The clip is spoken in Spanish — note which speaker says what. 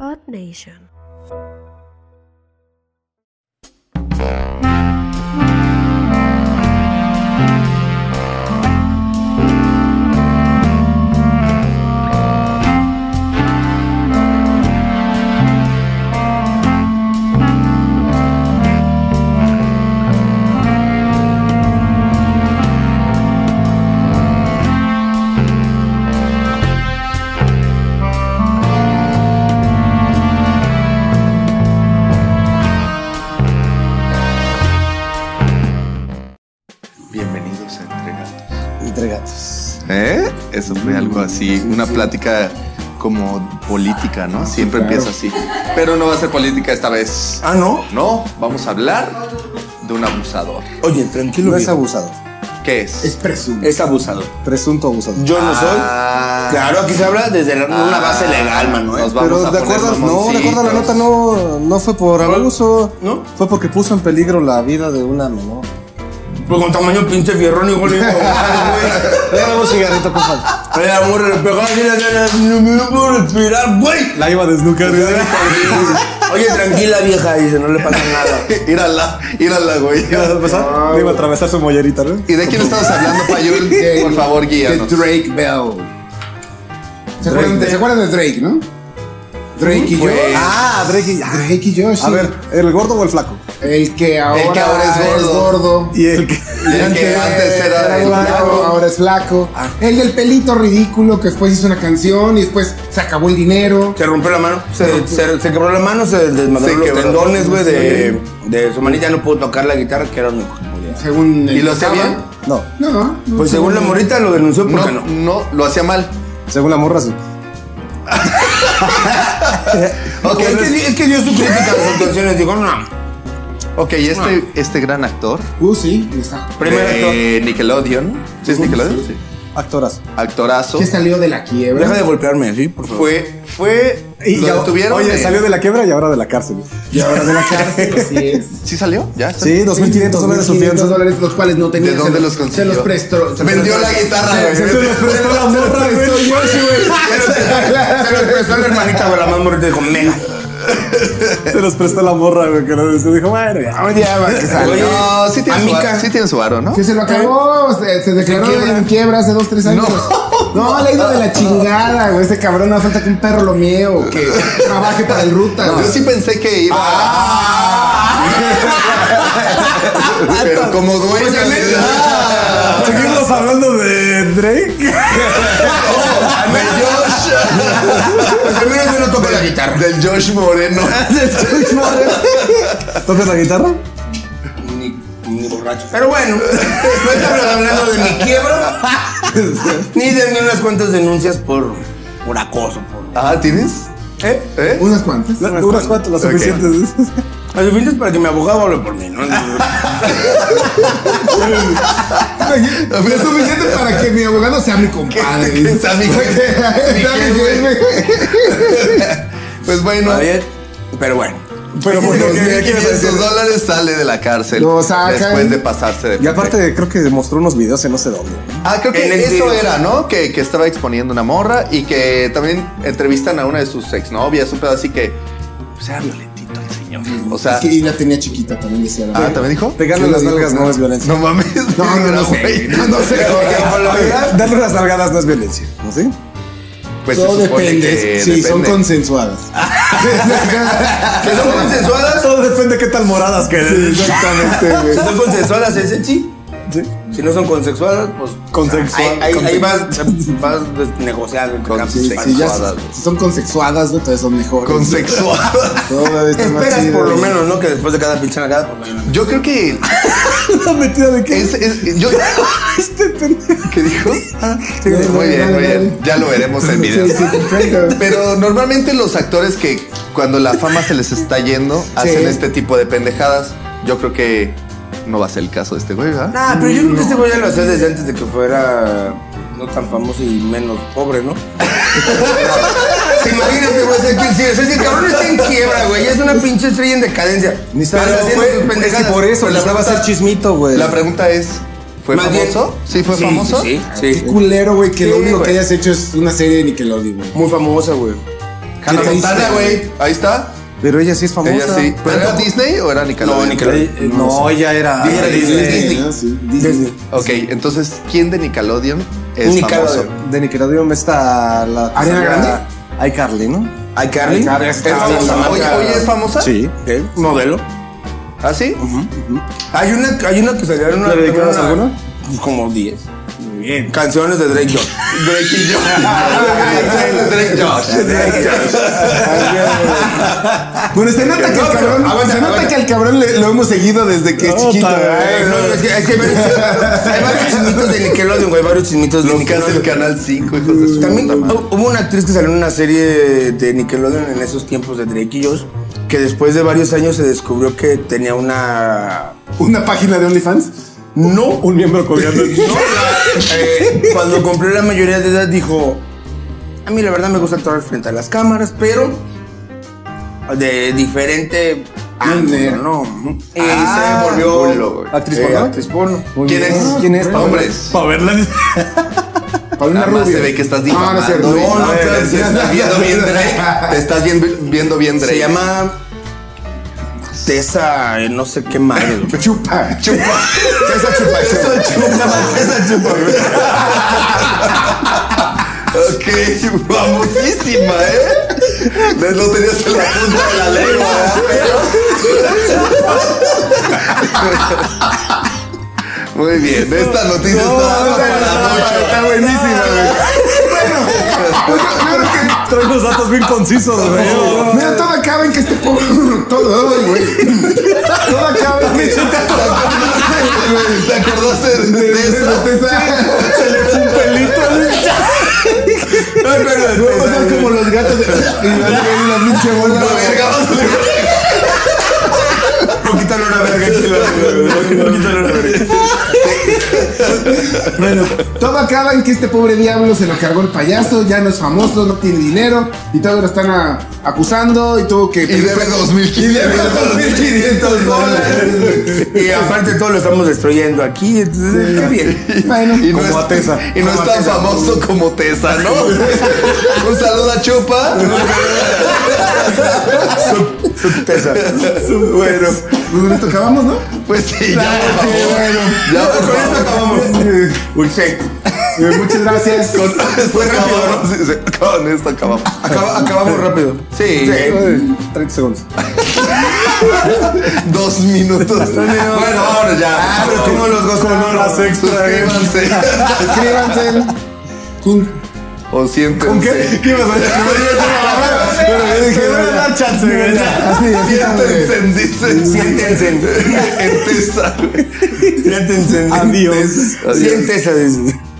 Speaker 1: Earth Nation.
Speaker 2: Bienvenidos a Entre Gatos.
Speaker 3: Entre gatos.
Speaker 2: ¿Eh? Eso fue algo así,
Speaker 3: Sí,
Speaker 2: una
Speaker 3: sí.
Speaker 2: plática como política, ¿no? Siempre
Speaker 3: claro.
Speaker 2: empieza así. Pero no va a ser política esta vez.
Speaker 3: Ah, no.
Speaker 2: No, vamos a hablar de un abusador.
Speaker 3: Oye, tranquilo.
Speaker 4: No es
Speaker 3: abusado.
Speaker 2: ¿Qué es?
Speaker 4: Es presunto.
Speaker 3: Es abusado.
Speaker 4: presunto abusador.
Speaker 3: Yo no soy.
Speaker 2: Ah.
Speaker 3: Claro, aquí se habla desde la- una base legal, ¿eh? Manuel.
Speaker 2: Nos vamos
Speaker 4: Pero
Speaker 2: a
Speaker 4: de
Speaker 2: poner
Speaker 4: acuerdo, no, de acuerdo a la
Speaker 2: mamoncitos.
Speaker 4: nota no, no fue por abuso,
Speaker 3: ¿No?
Speaker 4: fue porque puso en peligro la vida de una menor.
Speaker 3: Pues con tamaño pinche fierrón igual. Era
Speaker 4: Dame un cigarrito, por favor.
Speaker 3: muy respetado. No me puedo respirar, güey.
Speaker 4: La iba a desnucar.
Speaker 3: Oye, tranquila, vieja. Dice, no le pasa nada.
Speaker 2: Írala, írala, güey.
Speaker 4: ¿Qué iba a pasar? Le iba a atravesar su mollerita, ¿no?
Speaker 2: ¿Y de quién estabas hablando, Payul? Por favor,
Speaker 5: de
Speaker 2: guíanos.
Speaker 5: Drake Bell.
Speaker 4: Drake
Speaker 5: ¿Se, acuerdan de,
Speaker 4: Bell.
Speaker 5: se acuerdan de Drake, no? Drake y
Speaker 2: Pues,
Speaker 5: Josh.
Speaker 4: Ah, Drake y-
Speaker 5: Drake y Josh.
Speaker 4: A
Speaker 5: sí.
Speaker 4: ver, ¿el gordo o el flaco?
Speaker 5: El que ahora,
Speaker 2: que ahora es gordo.
Speaker 4: Y el que.
Speaker 2: El que antes era el
Speaker 5: gordo,
Speaker 2: flaco.
Speaker 5: ahora es flaco. El del pelito ridículo que después hizo una canción y después se acabó el dinero.
Speaker 3: Se rompió la mano. Se, se- se quebró la mano, se
Speaker 2: Se
Speaker 3: desmadraron los
Speaker 2: quebró.
Speaker 3: tendones, güey, de, de su manita. No pudo tocar la guitarra, que era un hijo.
Speaker 5: Según
Speaker 2: ¿Y lo hacía
Speaker 5: hacía
Speaker 2: bien?
Speaker 4: No,
Speaker 5: No, no.
Speaker 3: Pues según la morita lo denunció
Speaker 2: No,
Speaker 3: porque no.
Speaker 2: no, lo hacía mal.
Speaker 4: según la morra, sí.
Speaker 2: Ok,
Speaker 3: pues
Speaker 2: este
Speaker 3: es, que, es que dio su crítica a las actuaciones. Dijo, no.
Speaker 2: Ok, este, este gran actor
Speaker 5: Uh, sí, está.
Speaker 3: Primer actor.
Speaker 2: de Nickelodeon. ¿Sí es Nickelodeon? Sí.
Speaker 4: Actoras.
Speaker 2: Actorazo.
Speaker 5: Que salió de la quiebra.
Speaker 3: Deja de golpearme, sí, por favor.
Speaker 2: Fue, fue. lo
Speaker 4: ya-
Speaker 2: detuvieron.
Speaker 4: Oye,
Speaker 2: eh,
Speaker 4: salió de la quiebra y ahora de la cárcel.
Speaker 5: Y ahora de la cárcel, así es.
Speaker 2: ¿Sí salió? ¿Ya? está.
Speaker 4: Sí, 2.500 dólares su
Speaker 5: 2.500
Speaker 4: fianza.
Speaker 5: dólares, los cuales no tenía.
Speaker 2: ¿De dónde
Speaker 5: se
Speaker 2: los consiguió?
Speaker 5: Se los prestó. se los
Speaker 2: Vendió
Speaker 5: prestó-
Speaker 2: la guitarra, güey.
Speaker 5: Se, se los prestó la morra, güey.
Speaker 3: Se los prestó la hermanita, güey, la más morrita dijo, mega.
Speaker 4: Se los prestó la morra, güey. Que lo- se dijo, bueno, ya.
Speaker 3: Oye, ya, va, que salió.
Speaker 2: No, sí tiene, su,
Speaker 3: Amica.
Speaker 2: ar- sí tiene su aro, ¿no?
Speaker 5: Que se lo acabó, se, se declaró
Speaker 3: quiebra.
Speaker 5: en quiebra hace dos, tres años. No, le ha ido de la chingada, güey. Ese cabrón, no falta que un perro lo míe o que trabaje para el ruta,
Speaker 2: Yo
Speaker 5: güey.
Speaker 2: sí pensé que iba.
Speaker 3: Ah,
Speaker 2: Pero como
Speaker 3: Pues
Speaker 2: dueño. de-
Speaker 4: Seguimos hablando de Drake.
Speaker 2: Del Josh.
Speaker 3: Ah, Pues al menos yo no toco la guitarra.
Speaker 2: Del Josh Moreno.
Speaker 4: ¿Tocas la guitarra?
Speaker 3: Ni, ni borracho. Pero bueno, no estamos hablando de mi quiebra, ni de ni unas cuantas denuncias por, por acoso, por...
Speaker 2: Ah, ¿tienes?
Speaker 3: ¿Eh?
Speaker 2: ¿Eh?
Speaker 5: Unas cuantas.
Speaker 4: La- Unas cuantas, las
Speaker 2: Ok.
Speaker 4: suficientes.
Speaker 3: A su fin es para que mi abogado hable por mí, ¿no?
Speaker 5: Es suficiente para que mi abogado sea mi compadre.
Speaker 2: Que- que
Speaker 5: dice.
Speaker 2: sea mi jefe. Mi
Speaker 5: Sea mi
Speaker 2: jefe.
Speaker 5: jefe.
Speaker 2: Pues bueno.
Speaker 3: Está bien, pero bueno.
Speaker 4: Pero por lo que-
Speaker 2: 2.500 dólares sale de la cárcel
Speaker 5: Lo sacan.
Speaker 2: después de pasarse de
Speaker 4: Y aparte, creo que mostró unos videos en no sé dónde.
Speaker 2: Ah, creo que
Speaker 3: En el
Speaker 2: eso
Speaker 3: video.
Speaker 2: era, ¿no? Que, que estaba exponiendo una morra y que también entrevistan a una de sus exnovias, un pedo así que pues era violentito el señor. O sea,
Speaker 5: Es que y la tenía chiquita también, decía la
Speaker 2: ah, ¿también dijo?
Speaker 4: Pegarle
Speaker 5: Sí,
Speaker 4: las
Speaker 5: lo digo,
Speaker 4: nalgas no
Speaker 5: ¿no?
Speaker 4: es violencia.
Speaker 2: No mames.
Speaker 5: No, no,
Speaker 2: Era
Speaker 5: no sé.
Speaker 2: güey.
Speaker 5: No, no sé.
Speaker 4: Darle unas nalgadas no es violencia, ¿no sí?
Speaker 2: Pues se
Speaker 5: Todo
Speaker 2: supone
Speaker 5: depende.
Speaker 2: que
Speaker 5: Sí, son
Speaker 2: depende.
Speaker 5: consensuadas.
Speaker 3: ¿Que son consensuadas?
Speaker 4: Todo depende de qué tan moradas quedes.
Speaker 5: Exactamente, güey.
Speaker 3: Si son consensuadas, ese sí. Si no son consensuadas, pues...
Speaker 4: Consexual.
Speaker 3: Ahí, ahí, ahí vas, vas pues, negociando.
Speaker 2: Consensuadas.
Speaker 3: Capaz.
Speaker 5: Si, ya
Speaker 2: Sexuadas.
Speaker 5: si son consexuadas, güey, todavía son mejores.
Speaker 2: Consexual.
Speaker 5: Todavía están más
Speaker 3: Esperas
Speaker 5: chidas.
Speaker 3: por lo menos, ¿no? Que después de cada pinche nalgada, pues, bueno.
Speaker 2: Yo creo que
Speaker 4: ¿La metida de qué?
Speaker 2: es, es- yo
Speaker 4: Este pendejo.
Speaker 2: ¿Qué dijo?
Speaker 3: Ah,
Speaker 5: dale,
Speaker 2: muy bien,
Speaker 5: dale,
Speaker 2: muy bien.
Speaker 5: dale.
Speaker 2: Ya lo veremos en video.
Speaker 5: Sí, sí, perfecto.
Speaker 2: Pero normalmente los actores que cuando la fama se les está yendo hacen este tipo de pendejadas. Yo creo que no va a ser el caso de este güey, ¿verdad?
Speaker 3: Nah, pero yo creo que este güey ya lo hacía desde antes de que fuera no tan famoso y menos pobre, ¿no? Se imagínate, güey, ese que- si ese cabrón está en quiebra, güey, ya es una pinche estrella en decadencia.
Speaker 4: Ni estaba
Speaker 3: Pero haciendo sus pendejadas.
Speaker 4: y por eso
Speaker 2: Pues
Speaker 4: le
Speaker 2: la
Speaker 4: estaba a
Speaker 2: pregunta-
Speaker 4: hacer chismito, güey.
Speaker 2: La pregunta es, ¿fue
Speaker 3: Pues- Más bien-
Speaker 2: famoso? ¿Sí fue famoso?
Speaker 3: Sí, sí,
Speaker 5: Qué culero, güey, que
Speaker 3: Sí,
Speaker 5: lo único
Speaker 3: güey.
Speaker 5: que hayas hecho es una serie de Nickelodeon. güey.
Speaker 3: Muy famosa, güey.
Speaker 2: Hannah
Speaker 3: te
Speaker 2: Montana,
Speaker 3: hice,
Speaker 2: güey. Ahí está.
Speaker 4: Pero ella sí es famosa.
Speaker 2: Ella sí. ¿Pero era Disney o era Nickelodeon?
Speaker 3: No, Nickelodeon.
Speaker 4: Eh, No, ella era.
Speaker 2: Disney,
Speaker 4: Ah,
Speaker 2: Disney.
Speaker 4: ah, sí,
Speaker 3: Disney.
Speaker 2: Ok, entonces, ¿quién de Nickelodeon es
Speaker 3: Nickelodeon.
Speaker 2: famoso?
Speaker 4: Pues, De Nickelodeon está la.
Speaker 5: ¿Ariana Grande?
Speaker 4: Hay Carly, ¿no?
Speaker 3: iCarly.
Speaker 4: iCarly
Speaker 3: Es
Speaker 4: está-
Speaker 3: famosa.
Speaker 2: ¿Hoy, hoy es famosa?
Speaker 3: Ok, Modelo.
Speaker 2: ¿Ah, sí?
Speaker 3: Hay una, hay una que salió en una.
Speaker 4: ¿Le dedicabas
Speaker 3: una-
Speaker 4: alguna?
Speaker 3: Como 10. Bien. Canciones de Drake Josh.
Speaker 2: Drake y Josh. Drake y Josh.
Speaker 5: Bueno, se nota que
Speaker 3: No,
Speaker 5: el
Speaker 3: pero,
Speaker 5: cabrón.
Speaker 3: aguanta,
Speaker 5: se nota
Speaker 3: aguanta.
Speaker 5: que al cabrón le- lo hemos seguido desde que es
Speaker 4: No,
Speaker 5: chiquito.
Speaker 4: está
Speaker 5: güey.
Speaker 3: Ay, no, es que, es que hay varios- hay varios chismitos de Nickelodeon, güey. Varios chismitos de
Speaker 2: Lo que hace el
Speaker 3: Nickelodeon.
Speaker 2: Canal 5, hijos de su
Speaker 3: También
Speaker 2: puta madre.
Speaker 3: hu- hubo una actriz que salió en una serie de Nickelodeon en esos tiempos de Drake y Josh, que después de varios años se descubrió que tenía una...
Speaker 5: Una página de OnlyFans.
Speaker 3: No,
Speaker 4: Un miembro colgando.
Speaker 3: No, la- eh, cuando cumplió la mayoría de edad dijo, a mí la verdad me gusta actuar frente a las cámaras, pero de diferente ángulo, ¿no? Y
Speaker 2: Ah,
Speaker 3: se volvió
Speaker 2: culo, güey.
Speaker 4: ¿Actriz
Speaker 3: eh,
Speaker 4: porno?
Speaker 3: actriz porno.
Speaker 2: ¿Quién es?
Speaker 4: ¿Quién es?
Speaker 2: Hombres.
Speaker 4: Para verla.
Speaker 5: Paulina
Speaker 2: Nada más
Speaker 5: Rubio.
Speaker 2: se ve que estás
Speaker 5: No, no es cierto.
Speaker 2: difamando. güey.
Speaker 3: No, no,
Speaker 2: A ver,
Speaker 3: claro,
Speaker 2: te
Speaker 3: sí.
Speaker 2: estás viendo bien Drake. Te estás viendo, viendo bien Drake.
Speaker 3: Se llama Tessa, eh, no sé qué madre. güey.
Speaker 5: Chupa.
Speaker 2: Chupa.
Speaker 3: Tessa Chupa. Chupa.
Speaker 2: Esa chupa. ok, famosísima, ¿eh? Les lo tenías en la punta de la lengua, ¿verdad, perro? Muy bien, esta noticia está dando para mucho.
Speaker 4: Está buenísima, Trae unos datos bien concisos, güey.
Speaker 5: Mira, todo acaba en que este pobre. Todo, ay, güey. Todo acaba en que.
Speaker 2: ¿Te acordaste de, de esa?
Speaker 5: Se le fue un pelito.
Speaker 3: Chupa.
Speaker 5: Va a pasar como los gatos. de- Y la y la pinche bola.
Speaker 2: La verga, vamos a ver.
Speaker 3: No, quítale una verga, quítale una verga, quítale una verga.
Speaker 5: Bueno, todo acaba en que este pobre diablo se lo cargó el payaso, ya no es famoso, no tiene dinero y todavía lo están a- acusando y tuvo que...
Speaker 2: Y debe 2.500.
Speaker 3: 1500 dólares. Y aparte todo lo estamos destruyendo aquí, entonces qué bien.
Speaker 5: Bueno,
Speaker 2: Y no,
Speaker 4: Como a
Speaker 2: es,
Speaker 4: Tessa.
Speaker 2: y no
Speaker 3: Como
Speaker 2: es
Speaker 3: a
Speaker 2: tan
Speaker 3: Tessa.
Speaker 2: famoso como Tesa, ¿no? Un saludo a Chupa.
Speaker 3: Tessa.
Speaker 2: Bueno,
Speaker 5: con esto acabamos, ¿no?
Speaker 2: pues sí, ya por favor. Ya por
Speaker 3: Con esto
Speaker 2: favor.
Speaker 3: acabamos. Uy, sí.
Speaker 5: Eh, muchas gracias.
Speaker 2: Con esto
Speaker 3: Fue rápido,
Speaker 2: acabamos. Sí, sí, Con esto acabamos.
Speaker 3: Acaba- acabamos rápido.
Speaker 2: Sí,
Speaker 4: Eh, 30 segundos.
Speaker 2: dos minutos.
Speaker 3: minutos.
Speaker 2: Bueno, ahora ya.
Speaker 3: Ah, pero tú no los gozas, no
Speaker 4: horas extra, eh.
Speaker 2: Suscríbanse.
Speaker 5: Suscríbanse. Cum-
Speaker 2: O siéntense.
Speaker 4: ¿Qué ibas a decir? Pero yo dije, voy a dar chance, güey.
Speaker 5: Así, así como de-
Speaker 2: Siéntense, dicen.
Speaker 3: Siéntense.
Speaker 2: En Tesa.
Speaker 3: Siéntense.
Speaker 4: Adiós.
Speaker 3: Siéntense.